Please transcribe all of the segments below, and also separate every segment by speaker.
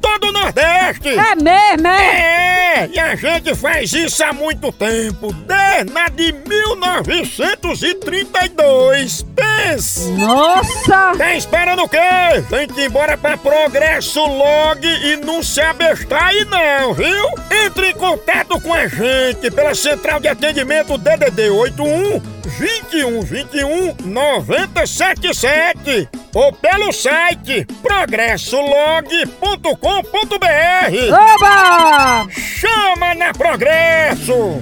Speaker 1: todo o Nordeste!
Speaker 2: É mesmo, é?
Speaker 1: É, e a gente faz isso há muito tempo, desde a de 1932, pensa!
Speaker 2: Nossa!
Speaker 1: Tá esperando o quê? Tem que ir embora pra Progresso Log e não se abestar aí não, viu? Entre em contato com a gente pela central de atendimento DDD 81 21 21 977 ou pelo site progressolog.com.br.
Speaker 2: Oba!
Speaker 1: Chama na Progresso!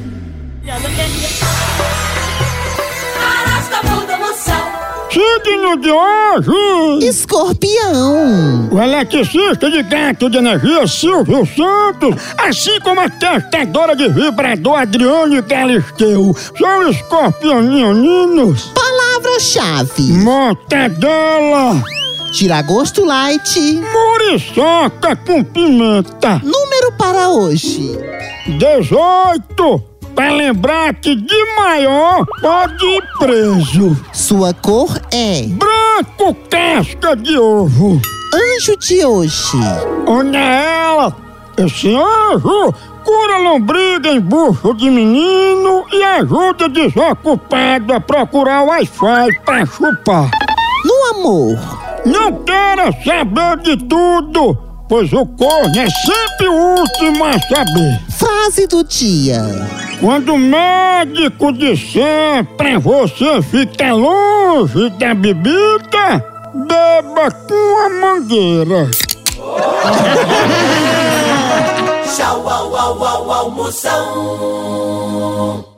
Speaker 3: Horóscopo do Moção.
Speaker 1: Signo de hoje!
Speaker 4: Escorpião.
Speaker 1: O eletricista de gato de energia Silvio Santos, assim como a testadora de vibrador Adriane Galisteu, são escorpionianos,
Speaker 4: Palavra-chave:
Speaker 1: mortadela,
Speaker 4: tirar gosto light.
Speaker 1: muriçoca com pimenta.
Speaker 4: Número para hoje:
Speaker 1: 18. Pra lembrar que de maior pode ir preso.
Speaker 4: sua cor é
Speaker 1: Branco casca de ovo.
Speaker 4: anjo de hoje.
Speaker 1: Olha é ela! Esse anjo cura lombriga em bucho de menino e ajuda desocupado a procurar Wi-Fi pra chupar.
Speaker 4: No amor,
Speaker 1: Não queira saber de tudo, pois o corno é sempre o último a saber.
Speaker 4: frase do dia:
Speaker 1: Quando o médico disser pra você ficar longe da bebida, beba com a mangueira.
Speaker 3: Tchau, au, au, au, almoção.